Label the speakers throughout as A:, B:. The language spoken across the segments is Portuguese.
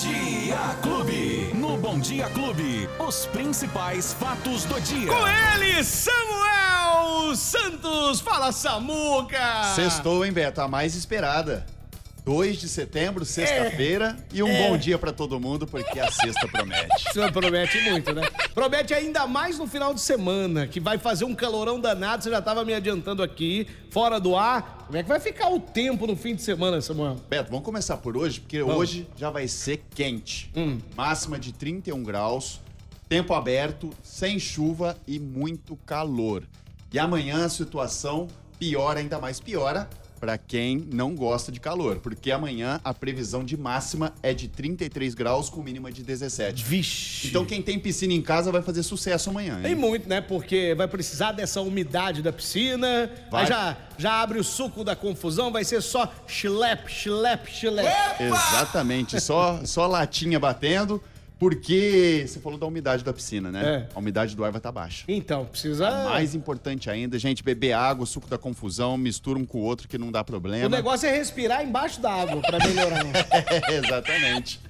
A: Dia Clube. No Bom Dia Clube, os principais fatos do dia.
B: Com ele, Samuel Santos. Fala, Samuca.
C: Sextou, hein, Beto? A mais esperada. 2 de setembro, sexta-feira, e um bom dia pra todo mundo, porque a sexta promete.
B: O senhor promete muito, né? Promete ainda mais no final de semana, que vai fazer um calorão danado. Você já tava me adiantando aqui, fora do ar. Como é que vai ficar o tempo no fim de semana, Samuel?
C: Beto, vamos começar por hoje, porque hoje já vai ser quente. Máxima de 31 graus, tempo aberto, sem chuva e muito calor. E amanhã a situação piora, ainda mais piora, pra quem não gosta de calor, porque amanhã a previsão de máxima é de 33 graus com mínima de 17.
B: Vixe.
C: Então quem tem piscina em casa vai fazer sucesso amanhã,
B: Tem
C: hein?
B: muito, né? Porque vai precisar dessa umidade da piscina.
C: Vai.
B: Aí já, já abre o suco da confusão, vai ser só chilep, chilep, chilep.
C: É. Exatamente, só, só latinha batendo, porque você falou da umidade da piscina, né?
B: É.
C: A umidade do ar vai estar baixa.
B: Então, precisa.
C: Tá Mais importante ainda, gente, beber água, suco da confusão, mistura um com o outro que não dá problema.
B: O negócio é respirar embaixo da água pra melhorar.
C: É, exatamente.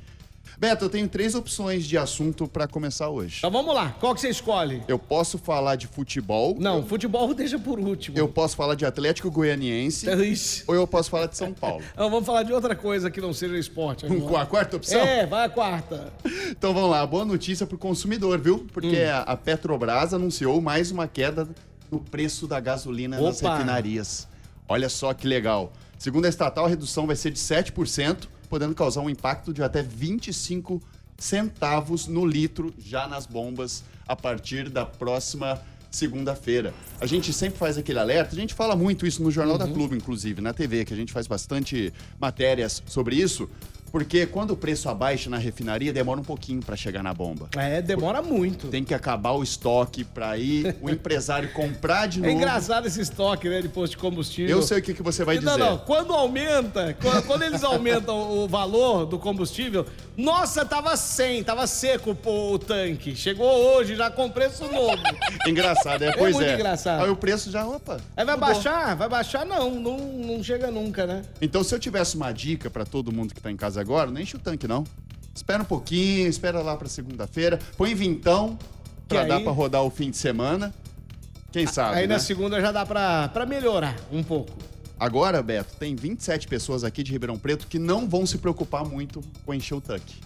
C: Beto, eu tenho três opções de assunto pra começar hoje.
B: então vamos lá, qual que você escolhe?
C: Eu posso falar de futebol,
B: Não, futebol deixa por último. Então,
C: eu posso falar de Atlético Goianiense,
B: Ixi.
C: ou eu posso falar de São Paulo.
B: Não, vamos falar de outra coisa que não seja esporte. agora.
C: Com a quarta opção?
B: É, vai a quarta.
C: Então vamos lá, boa notícia pro consumidor, viu? Porque a- a Petrobras anunciou mais uma queda no preço da gasolina nas
B: Opa!
C: refinarias. Olha só que legal. Segundo a estatal, a redução vai ser de 7%, podendo causar um impacto de até 25 centavos no litro já nas bombas a partir da próxima segunda-feira. A gente sempre faz aquele alerta, a gente fala muito isso no Jornal
B: Uhum.
C: da Clube, inclusive, na TV, que a gente faz bastante matérias sobre isso, porque quando o preço abaixa na refinaria, demora um pouquinho para chegar na bomba.
B: É, demora muito.
C: Tem que acabar o estoque para ir o empresário comprar de
B: É
C: novo.
B: engraçado esse estoque, né, de posto de combustível.
C: Eu sei o que, que você vai
B: não,
C: dizer.
B: não, quando aumenta, quando, quando eles aumentam o valor do combustível, nossa, tava 100, tava seco pô, o tanque. Chegou hoje, já com preço novo.
C: Engraçado, é, pois é.
B: muito engraçado.
C: Aí o preço já, opa. tá
B: Aí vai
C: mudou.
B: baixar? Vai baixar? Não, não, não chega nunca, né?
C: Então, se eu tivesse uma dica pra todo mundo que tá em casa agora, não enche o tanque, não. Espera um pouquinho, espera lá pra segunda-feira, põe vintão pra
B: Que
C: dar
B: aí-
C: pra rodar o fim de semana. Quem sabe,
B: Aí
C: né?
B: na segunda já dá pra, pra melhorar um pouco.
C: Agora, Beto, tem 27 pessoas aqui de Ribeirão Preto que não vão se preocupar muito com encher o tanque.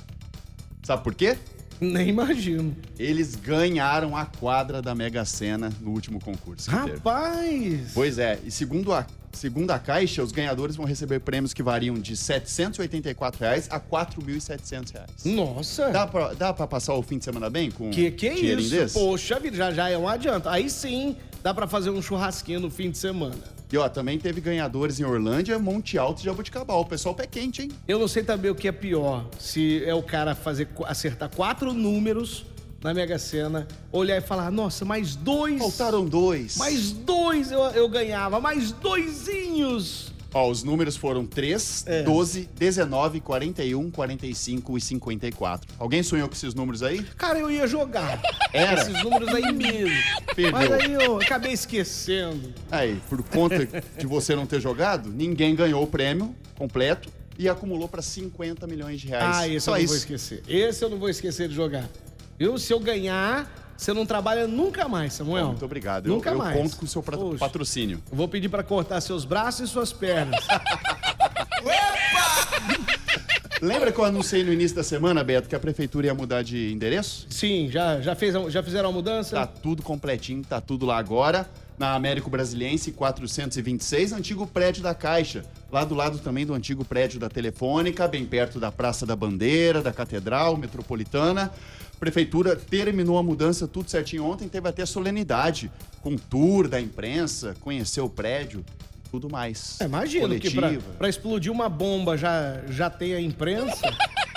C: Sabe por quê?
B: Nem imagino.
C: Eles ganharam a quadra da Mega Sena no último concurso. que teve.
B: Rapaz!
C: Pois é, e segundo a, segundo a Caixa, os ganhadores vão receber prêmios que variam de R$ 784 reais a R$ 4.700. reais.
B: Nossa!
C: Dá pra, dá pra passar o fim de semana bem com
B: Hum. Que que é
C: dinheirinho
B: isso?
C: desse?
B: Poxa vida, já já é um adianto. Aí sim, dá pra fazer um churrasquinho no fim de semana.
C: E ó, também teve ganhadores em Orlândia, Monte Alto e Jabuticabal. O pessoal pé quente, hein?
B: Eu não sei também o que é pior, se é o cara fazer qu- acertar quatro números na Mega Sena, olhar e falar, nossa, mais dois,
C: Faltaram dois.
B: mais dois eu, eu ganhava, mais doisinhos.
C: Ó, os números foram 3,
B: É.
C: 12, 19, 41, 45 um, e 54. Alguém sonhou com esses números aí?
B: Cara, eu ia jogar
C: Era.
B: esses números aí mesmo.
C: Perdeu.
B: Mas aí eu acabei esquecendo.
C: Aí, por conta de você não ter jogado, ninguém ganhou o prêmio completo e acumulou pra 50 milhões de reais.
B: Ah, esse eu
C: É Só
B: não vou
C: isso.
B: esquecer. Esse eu não vou esquecer de jogar. Eu, se eu ganhar, você não trabalha nunca mais, Samuel.
C: Muito obrigado. Eu-
B: Nunca
C: eu,
B: mais.
C: conto com o seu pra-
B: Poxa,
C: patrocínio.
B: Eu vou pedir pra cortar seus braços e suas pernas.
C: Lembra que eu anunciei no início da semana, Beto, que a prefeitura ia mudar de endereço?
B: Sim, já, já, fez, a- já fizeram a mudança?
C: Tá tudo completinho, tá tudo lá agora. Na Américo Brasiliense 426, antigo prédio da Caixa. Lá do lado também do antigo prédio da Telefônica, bem perto da Praça da Bandeira, da Catedral Metropolitana. Prefeitura terminou a mudança tudo certinho ontem, teve até solenidade, com tour da imprensa, conheceu o prédio, tudo mais.
B: É, Imagino que pra,
C: Coletiva.
B: pra explodir uma bomba já, já tem a imprensa. Pra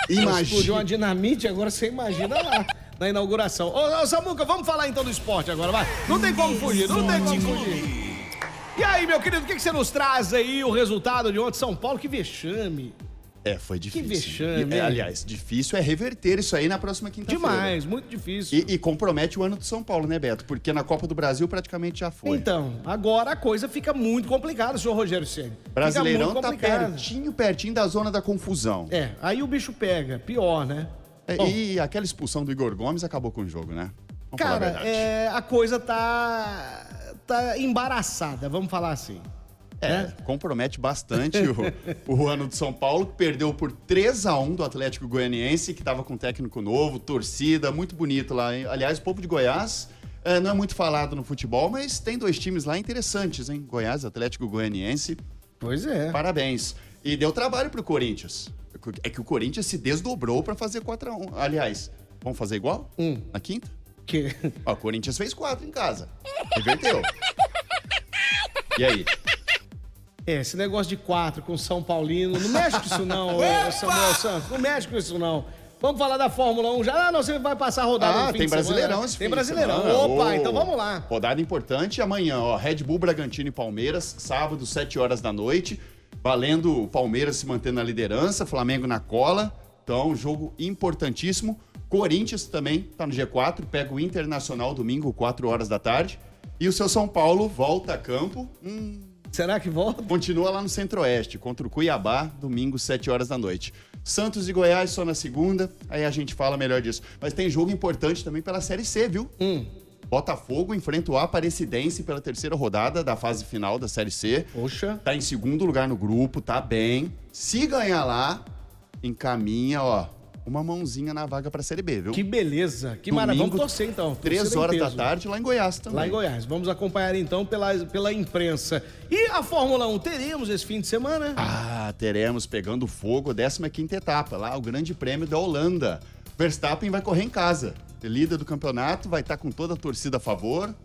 B: Explodir uma
C: Imagina.
B: dinamite, agora você imagina lá. Na inauguração. Ô, ô, Samuca, vamos falar então do esporte agora, vai. Não tem como fugir, não tem como fugir. E aí, meu querido, o que, que você nos traz aí? O resultado de ontem, São Paulo, que vexame.
C: É, foi difícil.
B: vexame,
C: E, é,
B: hein?
C: aliás, difícil é reverter isso aí na próxima quinta-feira.
B: Demais, muito difícil.
C: E, e compromete o ano do São Paulo, né, Beto? Porque na Copa do Brasil praticamente já foi.
B: Então, agora a coisa fica muito complicada, senhor Rogério Ceni.
C: Brasileirão tá
B: complicada.
C: pertinho, pertinho da zona da confusão.
B: É, aí o bicho pega, pior, né?
C: É,
B: Bom,
C: E aquela expulsão do Igor Gomes acabou com o jogo, né? Vamos falar a
B: cara,
C: verdade.
B: é, a coisa tá tá embaraçada, vamos falar assim.
C: É, compromete bastante o, o ano do São Paulo, que perdeu por 3 a 1 do Atlético Goianiense, que estava com um técnico novo, torcida, muito bonito lá. hein? Aliás, o povo de Goiás eh, não é muito falado no futebol, mas tem dois times lá interessantes, hein? Goiás, Atlético Goianiense.
B: Pois é.
C: Parabéns. E deu trabalho pro Corinthians. É que o Corinthians se desdobrou para fazer 4 a 1 Aliás, vamos fazer igual?
B: Hum.
C: Na quinta?
B: Que...
C: Ó, o Corinthians fez 4 em casa. Reverteu. E aí?
B: É, esse negócio de quatro com São Paulino, não mexe com isso não, ô, Samuel Santos, não mexe com isso não. Vamos falar da Fórmula 1 já? Ah, não, você vai passar a rodada no
C: Ah,
B: fim
C: tem
B: de semana.
C: Brasileirão esse fim
B: Tem
C: de
B: Brasileirão.
C: semana.
B: Opa,
C: Ô,
B: então vamos lá.
C: Rodada importante amanhã, ó. Red Bull, Bragantino e Palmeiras, sábado, 7 horas da noite. Valendo o Palmeiras se mantendo na liderança, Flamengo na cola. Então, jogo importantíssimo. Corinthians também tá no G4, pega o Internacional domingo, 4 horas da tarde. E o seu São Paulo volta a campo. Hum,
B: Será que volta?
C: Continua lá no Centro-Oeste, contra o Cuiabá, domingo, 7 horas da noite. Santos e Goiás só na segunda, aí a gente fala melhor disso. Mas tem jogo importante também pela Série C, viu?
B: Hum.
C: Botafogo enfrenta o Aparecidense pela terceira rodada da fase final da Série C.
B: Poxa.
C: Tá em segundo lugar no grupo, tá bem. Se ganhar lá, encaminha, ó, uma mãozinha na vaga pra Série B, viu?
B: Que beleza, que maravilha.
C: Domingo,
B: Vamos torcer então.
C: Três
B: torcer em
C: horas da
B: peso.
C: tarde lá em Goiás também.
B: Lá em Goiás. Vamos acompanhar então pela, pela imprensa. E a Fórmula 1 teremos esse fim de semana?
C: Ah, teremos pegando fogo, 15 etapa, lá o Grande Prêmio da Holanda. Verstappen vai correr em casa. é Líder do campeonato, vai estar com toda a torcida a favor.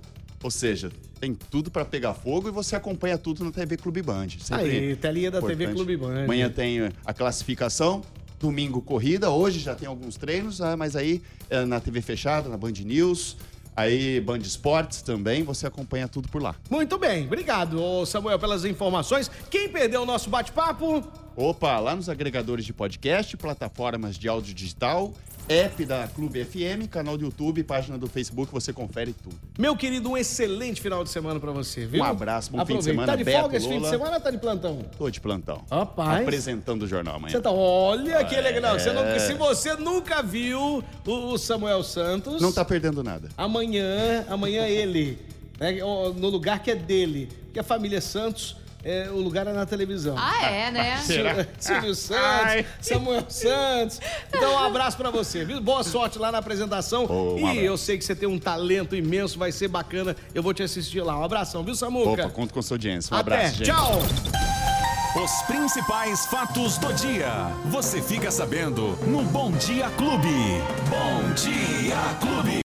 C: Ou seja, tem tudo para pegar fogo e você acompanha tudo na TV Clube Band. Sempre
B: Aí, telinha da TV
C: importante.
B: Clube Band.
C: Amanhã tem eh, a classificação, domingo corrida, hoje já tem alguns treinos, ah, mas aí é, na TV fechada, na Band News, aí Band Esportes também, você acompanha tudo por lá.
B: Muito bem, obrigado, ô Samuel, pelas informações. Quem perdeu o nosso bate-papo?
C: Opa, lá nos agregadores de podcast, plataformas de áudio digital, app da Clube FM, canal do YouTube, página do Facebook, você confere tudo.
B: Meu querido, um excelente final de semana pra você, viu?
C: Um abraço, bom fim de
B: Aproveita.
C: semana,
B: Tá de
C: Beto,
B: folga esse fim de
C: Lola.
B: semana ou tá de plantão?
C: Tô de plantão.
B: Rapaz.
C: Apresentando o jornal amanhã.
B: Você tá, olha que legal. Você não- se você nunca viu o, o Samuel Santos...
C: Não tá perdendo nada.
B: Amanhã, amanhã é ele, né, o- no lugar que é dele, que a família Santos, é, o lugar é na televisão.
D: Ah, é, né?
B: Silvio- Silvio Santos,
C: Ai.
B: Samuel Santos. Então, um abraço pra você, viu? Boa sorte lá na apresentação.
C: Oh, um
B: e
C: abraço.
B: eu sei que você tem um talento imenso, vai ser bacana. Eu vou te assistir lá. Um abração, viu, Samuca?
C: Opa, conto com sua audiência. Um
B: Até.
C: abraço, gente.
B: Tchau.
A: Os principais fatos do dia. Você fica sabendo no Bom Dia Clube. Bom Dia Clube.